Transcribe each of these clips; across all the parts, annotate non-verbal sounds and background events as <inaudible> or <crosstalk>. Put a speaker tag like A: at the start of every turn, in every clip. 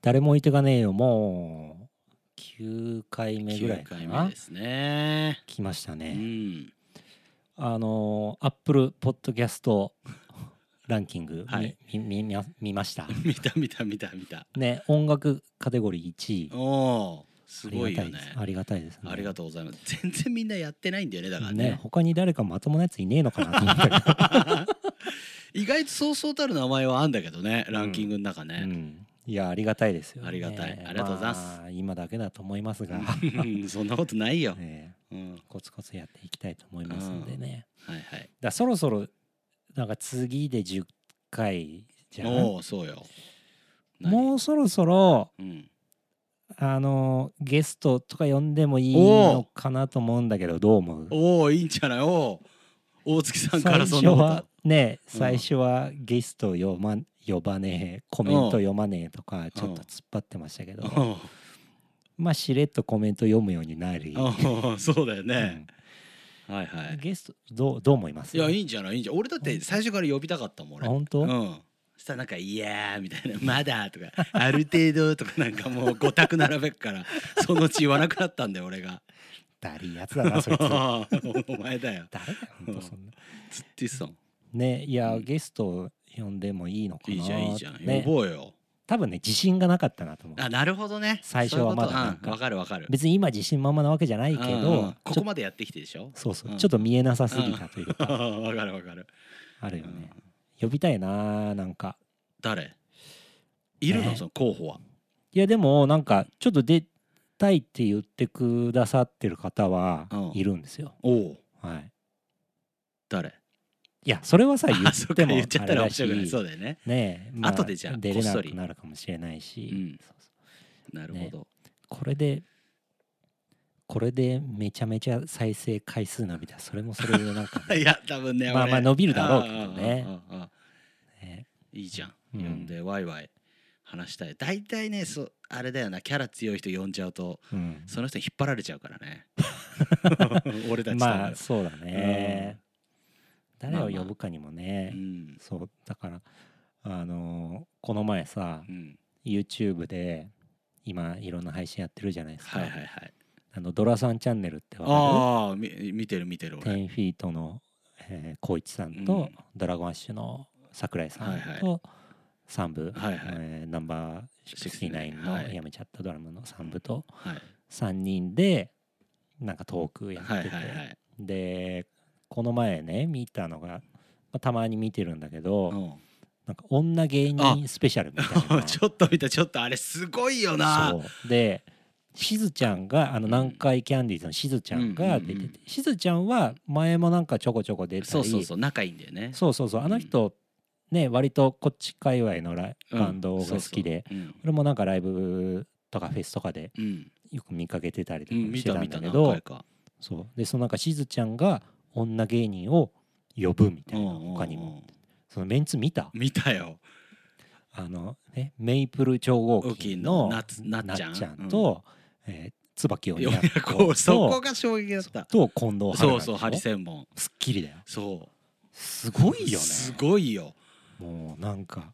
A: 誰も置いてかねえよもう9回目ぐらい
B: 9
A: か
B: 回
A: な
B: 目ですね。
A: 来ました
B: う
A: ね、
B: ん。 <laughs>
A: あのアップルポッドキャスト <laughs> ランキング、
B: はい
A: みみみ見ました
B: 見た見た見た見た。
A: ね音楽カテゴリー1位
B: おお、すごいよね。
A: ありがたいです
B: ありが
A: と
B: とうございます。全然みんなやってないんだよねだから
A: ね
B: ね。
A: 他に誰かまともなやついねえのかなと思ったけど
B: 意外とそうそうたる名前はあんだけどね、ランキングの中
A: う
B: <laughs> ね。
A: んいやありがたいですよ、ね、
B: ありがたいありがとうございます
A: あ今だけだと思いますが、
B: うん <laughs> そんなことないよ。
A: ね、
B: うん。
A: コツコツやっていきたいと思いますんでね、
B: はいは
A: だ
B: い。
A: からそろそろなんか次で10回じゃん
B: おお、そうよ。
A: もうそろそろ
B: う、うん。
A: あのゲストとか呼んでもいいのかなと思うんだけどどう思う
B: おお、いいんじゃない。おお。大月さんか
A: 最
B: らそん
A: 初
B: なこ
A: は
B: と。
A: ね
B: うん
A: 最初はゲスト呼ば呼ばねえコメント読まねえとかちょっと突っ張ってましたけど、
B: お
A: まあしれっとコメント読むようになり、
B: おおお、そうだよ
A: う
B: ね
A: ん。
B: はいはい。
A: ゲストどうどう思います
B: いやいいんじゃないいいんじゃない俺だって最初から呼びたかったもん
A: あ
B: 俺
A: 本当、
B: うんそしたらなんか「いやー」みたいな <laughs> 「まだ」とか「ある程度」とかなんかもう五択並べっから <laughs> そのうち言わなくなったんだよ俺
A: <laughs>
B: が
A: だりいやつだな
B: <laughs>
A: そいつ誰だよ
B: お前だよ
A: ほんとそんな
B: ずっと言ってたもん
A: ねいや、
B: うん
A: ゲスト呼んでもいいのかない
B: いじゃんいいじゃん呼
A: ね、
B: ぼうよ
A: 多分ね自信がなかったなと思う
B: あなるほどね
A: 最初はまだなんか
B: そういうことうんわかるわかる
A: 別に今自信満々なわけじゃないけど、
B: うんうんこ
A: ち
B: こ
A: ょ
B: までやってきて
A: <laughs>
B: でしょ
A: そうそう、
B: うん
A: ちょっと見えなさすぎたという
B: わ
A: か、
B: かるわかる
A: あるよ
B: うん
A: ね呼びたいなーなんか
B: 誰いるの
A: ね
B: その候補はい
A: やでもなんかちょっと出たいって言ってくださってる方は
B: うん
A: いるんですよ、
B: おお
A: はい
B: 誰
A: いやそれはさ言
B: あ
A: っ
B: そっか
A: ても
B: 言っちゃ
A: あ
B: った
A: れ
B: ら面
A: だし
B: 白くないそうだよね
A: ねえ、
B: 後でじゃあ
A: 出れな
B: こっそ
A: く
B: り
A: なるかもしれないし、
B: うん
A: そうそ
B: なるほど
A: うこれでこれでめちゃめちゃ再生回数伸びたそれもそれでなんかね、
B: いや多分ね
A: まあ
B: 俺
A: まあ伸びるだろうけどね
B: うんうんうんうん
A: ね
B: いいじゃん
A: う
B: 呼
A: ん
B: んでワイワイ話したい大体ねそあれだよなキャラ強い人呼ん <laughs> じゃうと
A: うん
B: その人に引っ張られちゃうか
A: <laughs>
B: らね俺たちと
A: ま
B: は
A: あそうだね、
B: まあ
A: 誰
B: ま
A: を
B: あ
A: 呼ぶかにもね、
B: うん
A: そうだからあのーこの前さ
B: うん
A: YouTube で今いろんな配信やってるじゃないですか、
B: はいはいはい
A: あのドラさんチャンネルってわ
B: ああみ見てる見てる
A: かる
B: 俺
A: 10フィートのえー光一さんと、
B: うん
A: ドラゴンアッシュの桜井さん
B: はい
A: と3部、
B: はいはい
A: えーナンバー69
B: は
A: の
B: い
A: やめちゃったドラムの3部と
B: はい
A: 3人でなんかトークやって
B: は
A: て、
B: いはいはい
A: でこの前ね見たのが、まあたまに見てるんだけど、
B: う
A: なんか女芸人スペシャルみたいなん
B: <laughs> ちょっと見たちょっとあれすごいよな
A: そうでしずちゃんがあの
B: うん
A: 南海キャンディーズのしずちゃんが出
B: うん
A: て
B: うん
A: てしずちゃんは前もなんかちょこちょこ出たり
B: そうそうそう仲いいんだよね
A: そうそうそうあの人ね割とこっち界隈のライ
B: うん
A: バンドが好きで
B: そうそう
A: 俺もなんかライブとかフェスとかで
B: うんうん
A: よく見かけてたりと
B: う
A: かも
B: ん見
A: して
B: た
A: たん
B: 見
A: だ
B: た
A: け
B: 何
A: ど
B: 回か
A: そうでそのなんかしずちゃんが女芸人を呼ぶみたいな
B: うんうんうん
A: 他にもそのメンツ見た
B: 見たよ
A: あのねメイプル超合金の
B: なつなっちゃん
A: と、えー椿鬼
B: よ
A: 奴
B: こそことが衝撃だった
A: と近藤春菜
B: そうそうハリ
A: ン
B: センボン
A: すっきりだよ
B: そ
A: す
B: う
A: ごいよね
B: すごいよ、
A: もうなんか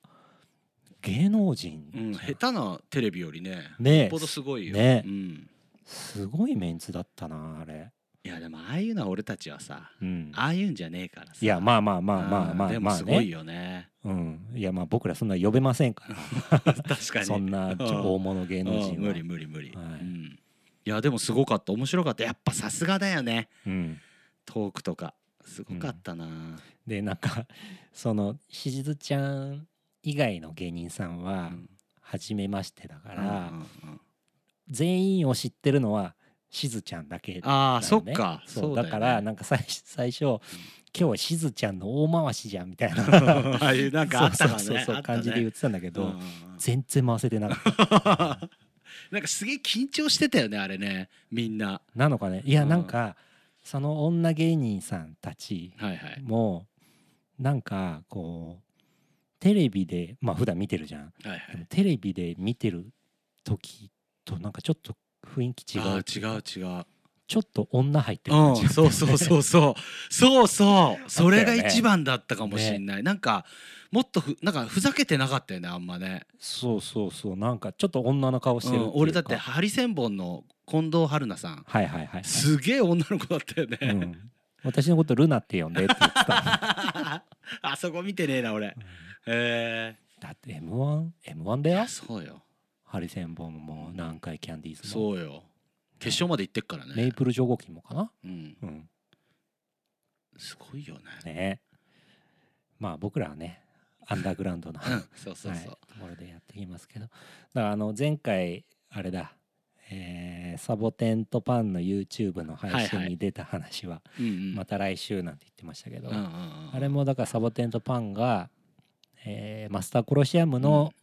A: 芸能人
B: うん、
A: じゃん
B: 下手なテレビよりね
A: ねえ
B: よっぽどすごいよ、
A: ね
B: うん、
A: すごいメンツだったなあれ、
B: いやでもああいうのは俺たちはさ
A: うん、
B: ああいうんじゃねえからさ
A: いやまあまあまあまあま
B: うん
A: あ
B: で
A: ま
B: も
A: あ
B: すご
A: ね、
B: い
A: <laughs>
B: よね
A: うん、いやまあ僕らそんな呼べませんから
B: 確かに
A: そんなちょ大物芸能人は、
B: うん無理無理無理、
A: はい
B: うん、いやでもすごかった面白かったやっぱさすがだよね
A: うん、
B: トークとかすごかったな、
A: でなんか <laughs> そのしずちゃん以外の芸人さんは
B: うん
A: 初めましてだから、
B: うんうんうん
A: 全員を知ってるのはしずちゃんだけなんだよね、
B: ああ、そっか
A: そう
B: う
A: だ
B: よね
A: からなんか最最初、今日はしずちゃんの大回しじゃんみたいな
B: あ
A: <laughs>
B: あいう <laughs> なんかあっ
A: そ
B: た
A: う
B: か
A: そうそ
B: ね
A: うそう
B: あったね
A: 感じで言ってたんだけど、
B: うん <laughs> うんうん
A: 全然回せてなかった
B: なんかすげえ緊張してたよねあれねみんな
A: なのかねいや
B: うん
A: なんか、その女芸人さんたち
B: はいはい
A: もなんかこうテレビでまあ普段見てるじゃん
B: はい
A: で
B: は
A: も
B: い
A: テレビで見てる時となんかちょっと雰囲気違
B: あ
A: う
B: ー違う違う
A: ちょっと女入ってる
B: う
A: 感
B: ん
A: じ、
B: そうそうそうそうそ
A: <laughs>
B: うそうそれが
A: あったよね
B: 一番だったかもしれない、なんかもっとふなんかふざけてなかったよねあんまね、
A: そうそうそうなんかちょっと女の顔して
B: う
A: るてい
B: ん
A: う、か
B: 俺だってハリセンボンの近藤春菜さん
A: はいはいはい、
B: すげえ女の子だったよね、
A: うん、私のことルナって呼んでって言ってた、
B: <laughs> あそこ見てねえな俺
A: うん
B: え
A: だって M1M1 だ
B: ー、い
A: よ
B: やそうよ
A: ハリセンボンも南海キャンディーズも
B: そうよ決勝まで行ってっからね
A: メイプル超合金もかな
B: うん
A: うん
B: すごいよね
A: ねまあ僕らはねアンダーグラウンドな
B: うんそうそうそう、
A: はい、ところでやっていきますけどだからあの前回あれだ、えーサボテンとパンの YouTube の配
B: はいは
A: 信
B: い
A: に出た話は
B: うんうん
A: また来週なんて言ってましたけど、
B: うんうんうん
A: あれもだからサボテンとパンが、えーマスターコロシアムの、っ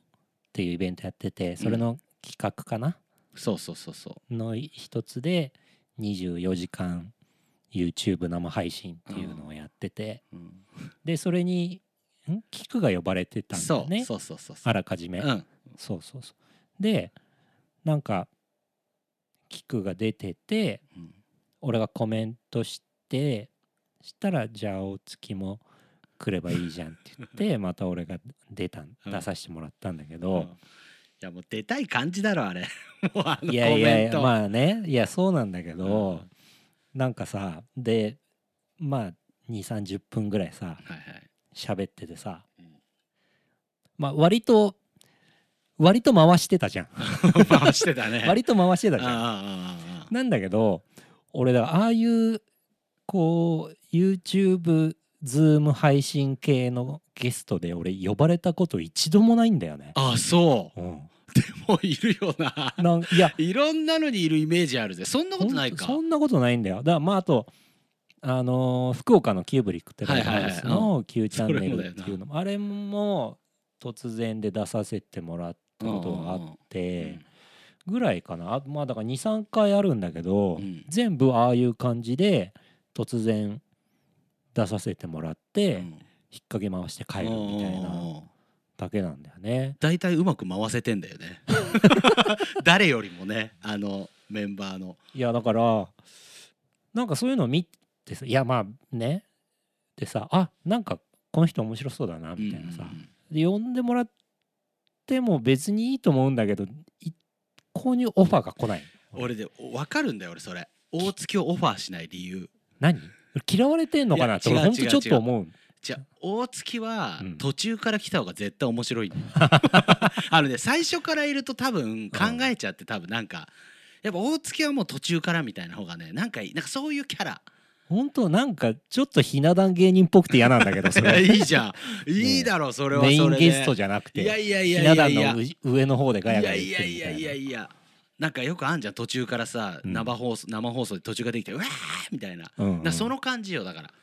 A: ていうイベントやっててそれの企画かな、
B: そうそうそうそう
A: の一つで24時間 YouTube 生配信っていうのをやってて、
B: うん
A: でそれにんキクが呼ばれてたんだ
B: そ
A: よ
B: う
A: ね
B: そうそうそうそう
A: あらかじめ、
B: うん
A: そうそうそうでなんかキクが出てて
B: うん
A: 俺がコメントしてしたらじゃあ大月も来ればいいじゃんって言って
B: <laughs>
A: また俺が出たん
B: うん
A: 出させてもらったんだけ
B: うんい
A: ど、
B: やもう出たい感じだろあれ <laughs> もうあのコ
A: いやいやい
B: メン
A: や
B: ト
A: まあねいやそうなんだけど、
B: うん
A: なんかさでまあ2 3 0分ぐらいさ
B: はいはい
A: <laughs> 喋っててさ、
B: うん
A: まあ割と割と回してたじゃん
B: 回してた
A: <laughs>
B: ね
A: 割と回してたじゃん
B: <laughs> あああああ
A: なんだけど俺だからああいうこう YouTube ズーム配信系のゲストで俺呼ばれたこと一度もないんだよね。
B: ああそ
A: うん、
B: う
A: <laughs>
B: もういるよな
A: なんいや
B: いろんなのにいるイメージあるぜそんなことないか
A: ほんそんなことないんだよだからまああとあのー福岡のキューブリックってライブハウス
B: はいはい
A: の Q チャンネ
B: それもだ
A: ル
B: よ
A: って
B: な
A: いうのもあれも突然で出させてもらったことがあってぐらいかなあまあだから23回あるんだけど、
B: うん
A: 全部ああいう感じで突然出させてもらって、
B: うん
A: 引っ掛け回して帰るみたい
B: うんうん
A: な
B: うん
A: だけなんだよね。
B: 大体うまく回せてんだ
A: <laughs>
B: よね誰よりもねあのメンバーの
A: いやだからなんかそういうのを見てさいやまあねでさあなんかこの人面白そうだなみたいなさ、
B: うんうんうん
A: で呼んでもらっても別にいいと思うんだけど一向にオファーが来ない
B: 俺で分かるんだよ俺それ大月をオファーしない理由
A: 何嫌われてんのかなって
B: い
A: 俺
B: や違
A: ほ
B: う
A: んとちょっ
B: 違う違う
A: と思う
B: じゃあ大月は
A: うん
B: 途中から来た方が絶対面
A: <laughs>
B: 白いんだよあのね最初からいると多分考えちゃって多分なんかやっぱ大月はもう途中からみたいな方がねなんかいいなんかそういうキャラ
A: 本当なんかちょっとひな壇芸人っぽくて嫌なんだけどそ
B: いや
A: れ
B: <laughs> いいじゃんいいだろそれはそ
A: メ
B: れ
A: イ
B: で
A: ンゲストじゃなくて
B: いやいやい
A: ひない
B: やや
A: 壇
B: いや
A: のう上の方でガヤ
B: い
A: ガ
B: や
A: ヤ
B: い
A: 言っ
B: や
A: てるみ
B: い
A: た
B: やいや
A: い
B: いやなんかよくあんじゃん途中からさ
A: うん
B: 生放送生放送で途中からできてうわーみたいなだか
A: なうんう
B: ら
A: ん
B: その感じよだから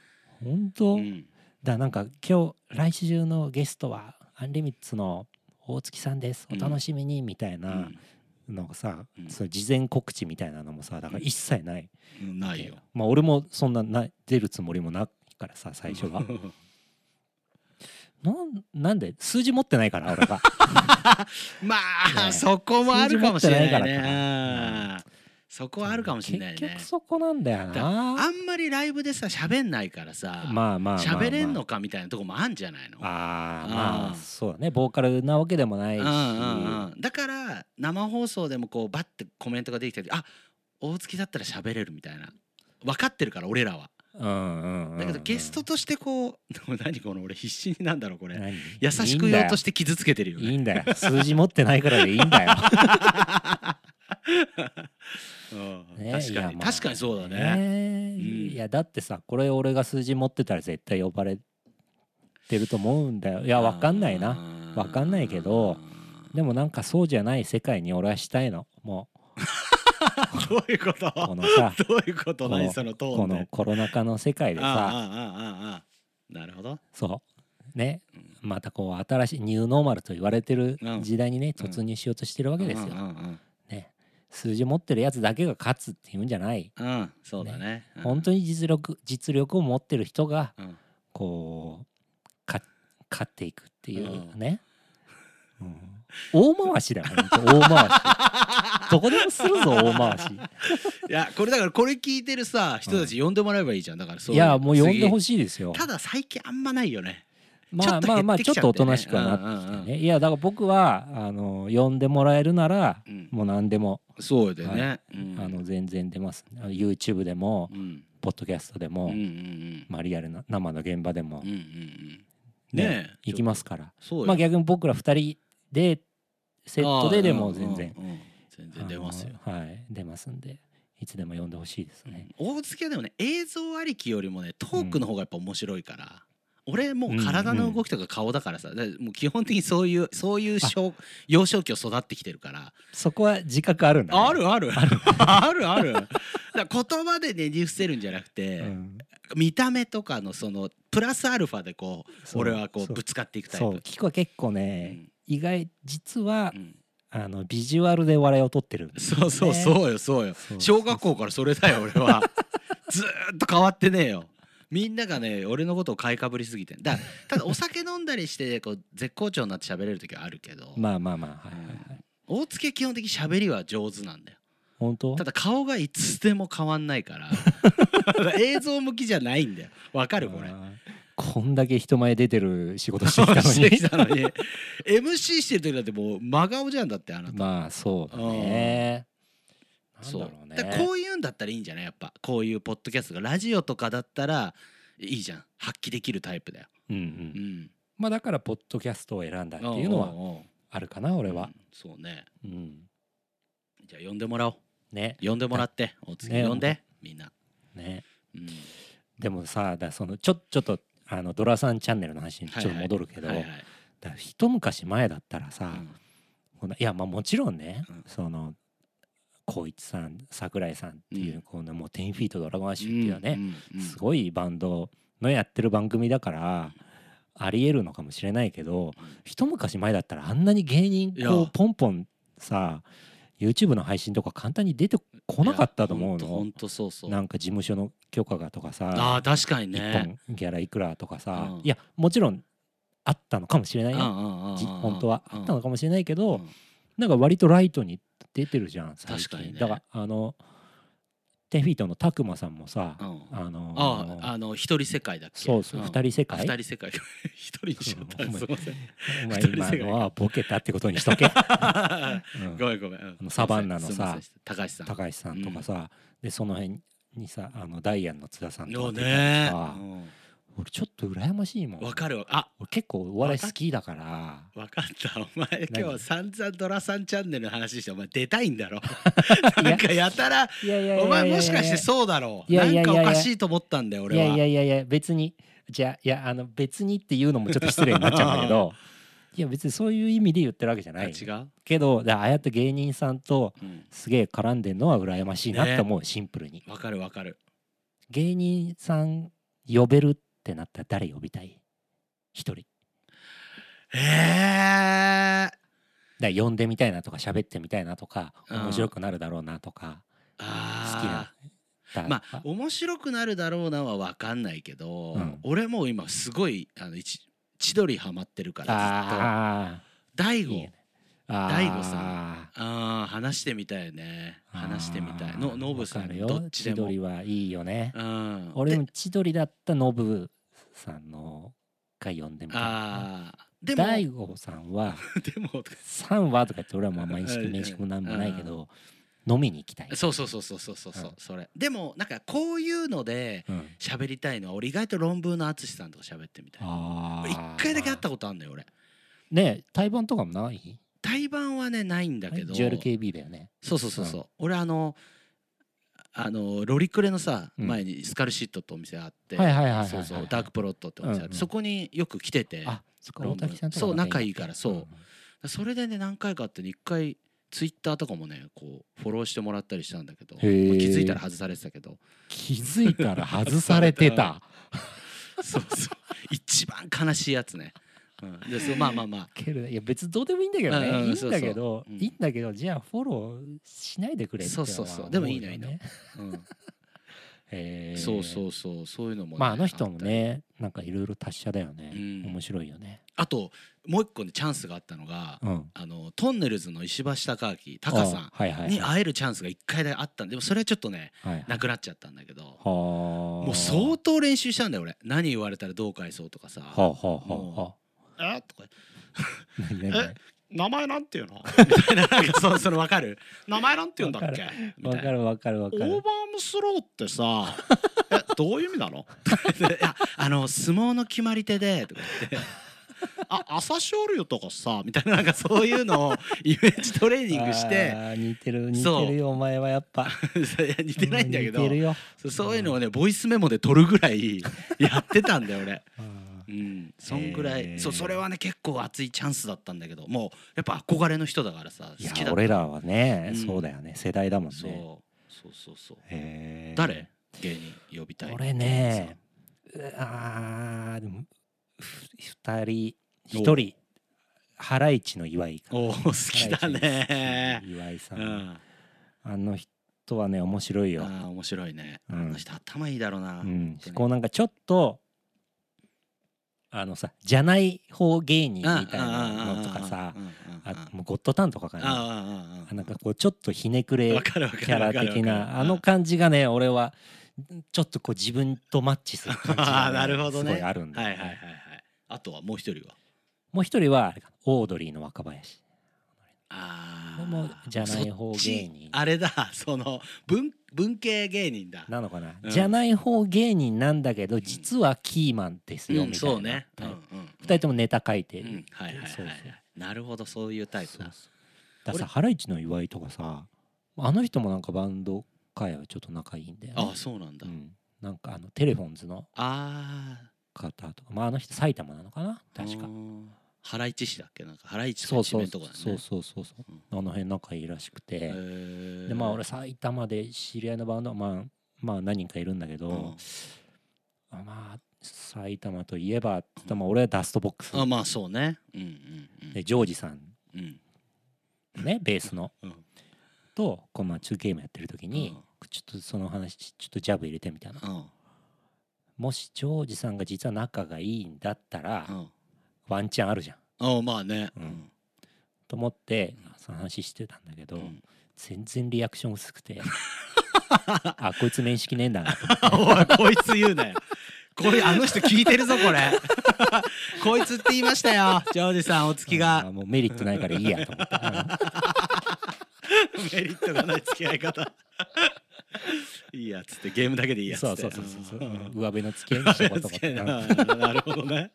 A: 本当
B: うん
A: だからなんか今日来週中のゲストはアンリミッツの大月さんですお楽しみにみたいうなんのがさ、
B: うん
A: その事前告知みたいなのもさだから一切ない、
B: うんないよ
A: まあ俺もそんなな出るつもりもないからさ最初はなんなんで数字持ってないから俺
B: <laughs>
A: が
B: <laughs> ま
A: ね
B: あそこもあるかもしれな
A: 数
B: い
A: 字持ってない
B: ねそこはあるかもしれない
A: 結
B: ね
A: 局そこなんだよ
B: だ
A: な
B: あんまりライブでさ喋んないから
A: まあま
B: さ
A: あまあまあ
B: 喋れんのかみたいなとこもあんじゃないの
A: あー
B: あ
A: まあ
B: ー
A: そうだねボーカルなわけでもないし、
B: うんうんうん、だから生放送でもこうバッてコメントができたりあ大月だったら喋れるみたいな分かってるから俺らは
A: うんうんうんうん
B: だけどゲストとしてこう <laughs> 何この俺必死になんだろうこれ
A: 何
B: 優しく言おうとして傷つけてるよ
A: いい
B: ね
A: んだよいいんだよ数字持ってないからでいいんだ
B: <laughs>
A: よ
B: うん
A: ね
B: 確
A: いや
B: かに
A: まあ
B: 確かにそうだね
A: ねえ
B: うん
A: いやだってさこれ俺が数字持ってたら絶対呼ばれてると思うんだよいやわかんないな
B: な
A: わかんないけどでもなんかそうじゃない世界に俺はしたいのも
B: <laughs> どういうこ
A: うことのさ
B: どういうこと
A: この
B: 何 <laughs> そのトー
A: こ
B: ン
A: の
B: で
A: コロナ禍の世界で
B: ああ
A: さ
B: ああああああなるほど
A: そうねまたこう新しいニューノーマルと言われてる
B: うん
A: 時代にね突入しようとしてるわけです
B: うん
A: よ。
B: うん
A: ね数字持ってるやつだけが勝つっていうんじゃない
B: うんうんそうだねうん
A: 本当に実力実力を持ってる人が
B: うん
A: こうか勝っていくっていう
B: うん
A: ね、うん大回しだから本当大回
B: <laughs>
A: しどこでもするぞ大回し
B: いやこれだからこれ聞いてるさ人たち呼んでもらえばいいじゃんだからそう
A: い
B: い
A: やもう呼んでほ
B: し
A: しいですよ
B: ただ最近あんまないよね
A: まあ
B: ちょっと減ってき
A: まあ
B: ちゃ
A: まあ
B: ってね
A: ちょっとおとなしくはなってきてね、
B: うんうんう
A: いやだから僕はあの呼んでもらえるなら、
B: うん
A: もう何でも、
B: そうだよねうん
A: あの全然出ますあの YouTube でも、
B: うん
A: ポッドキャストで
B: う
A: も、
B: んうんうん
A: まあ、リアルな生の現場でも、
B: うんうんうん
A: ね
B: ねえ
A: 行きますから
B: そうよ
A: まあ逆に僕ら2人でセット
B: ああ
A: ででも全然
B: うんうんうん全然出ますよ
A: あのはい出ますんでいつでも呼んでほしいですね、
B: 大月はでもね映像ありきよりもねトークの方がやっぱ面白いから、俺もう体の動きとか顔だからさ、だからもう基本的にそういうそういう小幼少期を育ってきてるから
A: そこは自覚あるんだ、ね、
B: あるある <laughs> あるあるだから言葉でねじ伏せるんじゃなくて、
A: うん
B: 見た目とかのそのプラスアルファでこう
A: そう
B: 俺はこ
A: そうう
B: ぶつかっていくタイ
A: そう
B: プ
A: キコは結構
B: う
A: ね、
B: ん
A: 意外実は
B: う、ん
A: あのビジュアルで笑いを取ってるんです
B: そうそうそうよそうよ
A: そう
B: 小学校からそれだよ俺は <laughs> ずーっと変わってねえよみんながね俺のことを買いかぶりすぎてんだただお酒飲んだりしてこう絶好調になって喋れる時はあるけど、
A: まあまあまあ、はいはいはい、
B: 大月は基本的に喋りは上手なんだよ
A: 本当
B: ただ顔がいつでも変わんないから
A: <laughs>
B: 映像向きじゃないんだよわかるこれ <laughs>
A: あーこんだけ人前出てる仕事してきたの
B: して
A: に
B: きたのに MC してる時だってもう真顔じゃんだってあなた
A: まあそうだね。なんだろうね。
B: だからこういうんだったらいいんじゃないやっぱこういうポッドキャストがラジオとかだったらいいじゃん発揮できるタイプだよ、
A: うんう、
B: うんん、
A: まあだからポッドキャストを選んだっていうのは
B: こ
A: あるかな俺は。
B: そうね
A: うん、
B: じゃあ呼んでもらおう
A: ね
B: 呼んでもらってお次
A: ね
B: 呼んで、みんな、
A: ね。
B: うん、
A: でもさだからそのちょちょっとあのドラさんチャンネルの話にちょっと戻るけど、
B: はいはい
A: だから一昔前だったらさ、
B: うん
A: こんないやまあもちろんね、
B: うん
A: その光一さん桜井さんっていう、
B: うん
A: このもう10フィートドラゴンアッシュっていうね、
B: うんうん
A: すごいバンドのやってる番組だからありえるのかもしれないけど
B: うん
A: 一昔前だったらあんなに芸人
B: い
A: こ
B: や
A: うポンポンさ YouTube の配信とか簡単に出てこなかったと思う
B: いやほ
A: の
B: んとほんとそうそう
A: なんか事務所の許可がとか
B: あ
A: さ
B: ー確か
A: 一
B: にね
A: 本ギャラいくらとか
B: う
A: さ
B: ん
A: いやもちろんあったのかもしれないよじ
B: 本
A: 本当はあったのかもしれないけど
B: うん
A: なんか割とライトに出てるじゃん最
B: 確かに
A: 近
B: ね
A: だからあの10フィートのたくまさんもさ
B: うん
A: あの
B: ああの一人世界だっけ
A: そうそう、
B: ん
A: 二人世界。
B: 二人世界 <laughs> 一人にしちゃった
A: うん
B: すいません
A: お前
B: 二人世
A: 今
B: 界
A: のはボケたってことにしとけ。うん
B: ごめんごめんうん。
A: あのサバンナのさ
B: すいません高橋さん。
A: 高橋さんとかさ、でその辺にさ、あのダイアンの津田さんと
B: よ
A: か出
B: ね
A: たりさ、俺ちょっと羨ましいもん。
B: わかるわ。あ
A: 俺結構お笑い好きだから。
B: わかった。お前今日散々ドラさんチャンネルの話してお前出たいんだ
A: <laughs>
B: ろ。
A: いや
B: なんかやたら
A: いやいやいやいやいや
B: お前もしかしてそうだろう。
A: いや
B: ない
A: や
B: ん
A: いや
B: かおかしいと思ったんだよ
A: い
B: 俺
A: やいや
B: は。
A: いやいや別にじゃあいやあの別にっていうのもちょっと失礼になっちゃうんだけ
B: <laughs>
A: どいや別にそういう意味で言ってるわけじゃ
B: あ
A: な
B: 違。
A: いうけどだああやって芸人さんと
B: うん
A: すげえ絡んでるのは羨ましいなって思う、シンプルに
B: わかるわかる。
A: 芸人さん呼べるってなったら誰呼びたい一人
B: ええ。
A: だから呼んでみたいなとか喋ってみたいなとか
B: うん
A: 面白くなるだろうなとか好き
B: あ
A: な
B: あ。
A: だ
B: まあ面白くなるだろうなは分かんないけど、
A: うん
B: 俺もう今すごいあの一千鳥ハマってるから
A: あ
B: ずっと大
A: ーいい
B: 悟
A: ねあ
B: 大悟さ
A: ん
B: あー話してみたいよね話してみたいのノブさんどっちで
A: 千
B: も
A: 鳥はいいよね
B: うん
A: 俺
B: で
A: も千鳥だったノブさんの回呼んでみたいな
B: あー <laughs> でも
A: 大悟さんは <laughs>
B: でも
A: 3話とかって俺はもうあんま意識面識もなんもないけど飲みに行きたい
B: そうそうそうそうそうそうそう、
A: うん
B: それでもなんかこういうので
A: うん
B: 喋りたいのは俺意外と論文の淳さんとか喋ってみたい
A: あ
B: 一
A: ー
B: 回だけ会ったことあるんだよ俺
A: ね対バンとかもない
B: 対バンはねないんだけど、
A: ジュアル KB だよね
B: そうそうそうそう、俺あのあのロリクレのさ、
A: うん
B: 前にスカルシットってお店あって、
A: はいはいはいはいはい
B: そうそうダークプロットってお店あって、
A: うんうん
B: そこによく来てて
A: あそこ大滝さんとか
B: そう
A: 仲
B: 仲
A: い
B: い
A: い
B: い
A: んだ
B: か
A: っけ
B: らそう、それでね何回かあってね一回ツイッターとかもねこうフォローしてもらったりしたんだけど、
A: へー
B: まあ気づいたら外されてた
A: <laughs>
B: けど
A: 気づいたら外されてた
B: そうそう一番悲しいやつね、うん、でそうまあまあまあ
A: けどいや別にどうでもいいんだけどね、
B: うんうん
A: いいんだけど
B: そうそううん
A: いいんだけどじゃあフォローしないでくれっていのは
B: そうそうそうでもいいのいいの
A: 思よね
B: うん
A: えー
B: そうそうそうそういうのもね、
A: まああの人も
B: ったり
A: ねなんかいろいろ達者だよね、
B: うん
A: 面白いよね
B: あともう一個ねチャンスがあったのが、
A: うん
B: あのトンネルズの石橋貴明タカ
A: あ
B: さ
A: はいは
B: ん
A: い
B: に
A: はい
B: 会えるチャンスが一回だけあったんででもそれはちょっとね
A: はい
B: なくなっちゃったんだけど
A: はも
B: もう相当練習したんだよ俺何言われたらどう返そうとかさ
A: はあはあはあはあ
B: えとか
A: 何何何
B: 名前なんていうの <laughs> みたいななんかそうその分かる名前なんて言うんだっけみ
A: わ
B: たいな
A: かるわかるわか
B: オー
A: る
B: バームスローって <laughs> さえどういう意味なのいやあの相撲の決まり手でとか言って。 <laughs> あ朝青龍とかさみたいななんかそういうのをイメージトレーニングして <laughs>
A: あー似てる似
B: そう
A: てるよお前はやっぱ
B: いや似てないんだけど
A: 似てるよ
B: そうそういうのをねボイスメモで撮るぐらい <laughs> やってたんだよ俺、
A: あ
B: うん、そんぐら
A: へ
B: い
A: ー
B: そうそれはね結構熱いチャンスだったんだけどもうやっぱ憧れの人だからさ
A: ー
B: 好
A: いや
B: きだった
A: 俺らはね、
B: うん
A: そうだよね世代だもん
B: そう
A: ね
B: そうそうそう
A: へー
B: 誰芸人呼びたい
A: 俺ねうあーでもふ二人
B: お
A: 一人ハライチの岩井か
B: おお好きだね。
A: 岩井さ、
B: うんん。
A: あの人はね面白いよ、
B: ああ面白いね。
A: う
B: あ
A: ん
B: の人頭いいだろうな
A: う。ん、こうなんかちょっとあのさじゃない方芸人み
B: ああ
A: たいなのとかさ
B: ああ
A: あもうゴッドタンとかかな
B: ああ
A: なんかこうちょっとひねく
B: あ
A: れ
B: わかるわかる
A: キャラ的なあの感じがね俺はちょっとこう自分とマッチする感じ
B: あ
A: が
B: ーなる
A: ね、
B: ほど
A: す
B: ね
A: ごいあるんだ
B: は
A: よ
B: い
A: ね
B: はいはいはい。あとはもう一人は。
A: もう一人はあれかオードリーの若林
B: あ
A: こ
B: あ。
A: れもじゃない方
B: そっち
A: 芸人
B: あれだ <laughs> その文文系芸人だ。
A: なのかな、
B: うん
A: じゃない方芸人なんだけど実はキーマンですよ
B: うん
A: みたいな、
B: そうね。うんうん
A: 2。人ともネタ書いて
B: う
A: る、
B: んはいはいはい
A: そう
B: は
A: そう
B: い。なるほどそういうタイプ
A: そう
B: だ。
A: そうだからさハライチの岩井とかさあの人もなんかバンド界はちょっと仲いいんだよ、ね、
B: ああそうなんだ
A: う。ん、なんかあのテレフォンズの
B: ああ。
A: 方とかまああの人埼玉なのかな確
B: う
A: か
B: ーん。原市市だっけなんか原市と
A: そ
B: か
A: うそう
B: 一面
A: そ
B: と
A: う
B: かだね。
A: そうそうそうそう
B: うん
A: あの辺仲いいらしくて、
B: へー
A: でまあ俺埼玉で知り合いのバンドはまあまあ何人かいるんだけど、
B: うん
A: あまあ埼玉といえばって言ったらまあ俺はダストボックス、
B: あまあそうね。うんうんうん。
A: でジョージさん
B: うん
A: ねベースの
B: うん
A: とこうまあ中継ゲームやってる時に、
B: うん
A: ちょっとその話ちょっとジャブ入れてみたいな、
B: うん
A: もしジョージさんが実は仲がいいんだったら、
B: うん。
A: ワンチャンあるじゃん
B: あまあね。
A: う
B: うんん
A: と思って、
B: うん
A: その話してたんだけど、
B: うん <laughs>
A: 全然リアクション薄くてあこいつ面識ねえんだなと
B: おいこいつ言うね。これあの人聞いてるぞこれ。 <laughs> こいつって言いましたよ。ジョージさんお付き
A: あー
B: が
A: もうメリットないからいいやと思って、うん
B: メリットがない付き合い方。いいやつってゲームだ <laughs> けでいいやつ
A: そ
B: っ
A: う
B: て。
A: そうそうそう、う
B: うん
A: ん、上辺の付き合いにしとこう
B: <laughs>
A: と思ってうんま
B: なるほどね。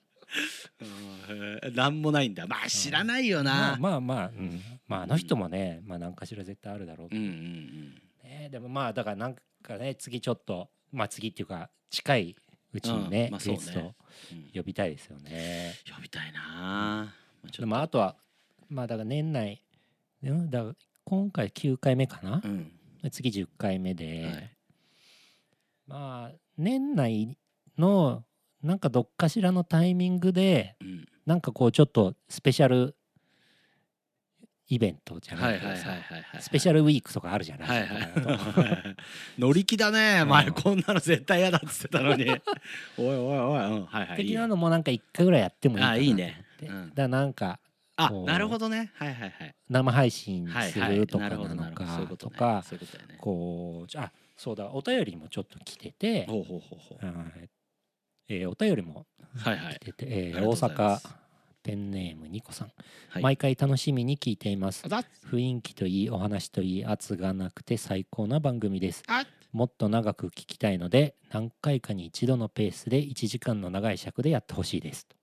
B: なんもないんだ。まあ知らないよ
A: あ
B: な。
A: まあまあ、うん、まああの人もね、まあ何かしら絶対あるだろう
B: うんうん
A: ねでもまあだからなんかね次ちょっとまあ次っていうか近いうちに
B: う
A: ね
B: んまあそう
A: ゲ
B: ね
A: スト
B: うん。
A: 呼びたいですよね。
B: 呼びたいな。まあちょっと
A: まああとはまあだから年内うんだから今回9回目かな
B: う、ん。
A: 次10回目で、
B: はい
A: まあ年内のなんかどっかしらのタイミングで
B: うん。
A: なんかこうちょっとスペシャルイベントじゃ
B: は
A: ないいけ
B: はい
A: ど
B: はい
A: さ
B: はいはい。
A: スペシャルウィークとかあるじゃない
B: はい
A: ラジ
B: は
A: オ
B: い
A: とかだと
B: 乗り気だね
A: うん
B: 前こんなの絶対嫌だっつってたのに
A: <laughs>
B: おいおいおいうんはいはいいい
A: 的
B: よ
A: なのもなんか1回ぐらいやってもいいかな
B: あ
A: と
B: い
A: 思
B: い
A: って
B: ねうん
A: だからなんか
B: あ
A: こう
B: なるほどねはいはいはい
A: 生配信
B: はい
A: す
B: はい
A: るとか
B: な
A: な
B: るほど
A: の
B: なるほどそういう
A: か
B: こと
A: と
B: ね
A: か
B: そういうことだよね
A: こうあそうだお便りもちょっと来てて
B: ほうほうほうほ
A: はいえーお便りも
B: うはいは
A: 来
B: い
A: てて
B: り
A: えー
B: がとう
A: 大
B: ございま
A: 阪
B: す
A: ペンネームニコさん
B: はい
A: 毎回楽しみに聞いています
B: あだ
A: 雰囲気といいお話といい圧がなくて最高な番組です
B: あ
A: もっと長く聞きたいので何回かに一度のペースで1時間の長い尺でやってほしいですと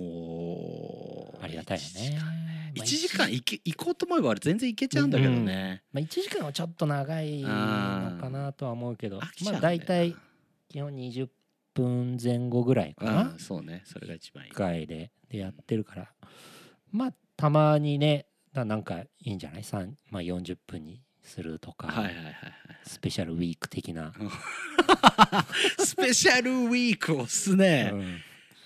B: おー
A: ありがたいよ
B: 一時間
A: ねまあ
B: 1時間行け行こうと思えばあれ全然行けちゃうんだけどね、
A: まあ、1時間はちょっと長いのかなとは思うけど
B: 飽きちゃう
A: まあ
B: んだよ
A: 大体基本20分前後ぐらいか
B: な
A: な
B: うんそうねそれが一番いい
A: 1回ででやってるからまあたまにねななんかいいんじゃない、さんまあ、40分にするとか、
B: はいはいはいはい
A: スペシャルウィーク的な、
B: スペシャルウィークをすね、
A: うん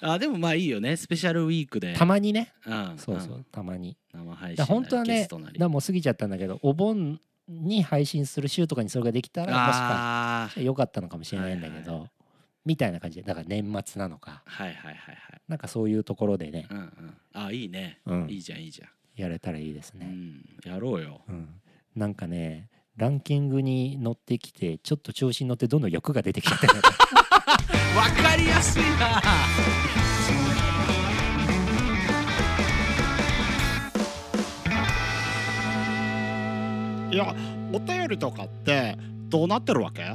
B: あでもまあいいよねスペシャルウィークで
A: たまにね
B: うん
A: そうそうたまに
B: 生配信
A: だ
B: な
A: から
B: り
A: 本当は
B: ゲ
A: ね
B: ストなり
A: だからもう過ぎちゃったんだけどお盆に配信する週とかにそれができたらもしか
B: ああ
A: したらよかったのかもしれないんだけど、
B: はいは
A: みたいな感じでだから年末なのか
B: はいはいはいはい
A: なんかそういうところでね、
B: うんうんあいいね
A: うん
B: いいじゃんいいじゃ
A: やれたらいいです
B: んう
A: ね、
B: んやろうよ
A: うんなんかねランキングに乗ってきてちょっと調子に乗ってどんどん欲が出てきちゃったね
B: わかりやすいな。いや、お便りとかって、どうなってるわけ。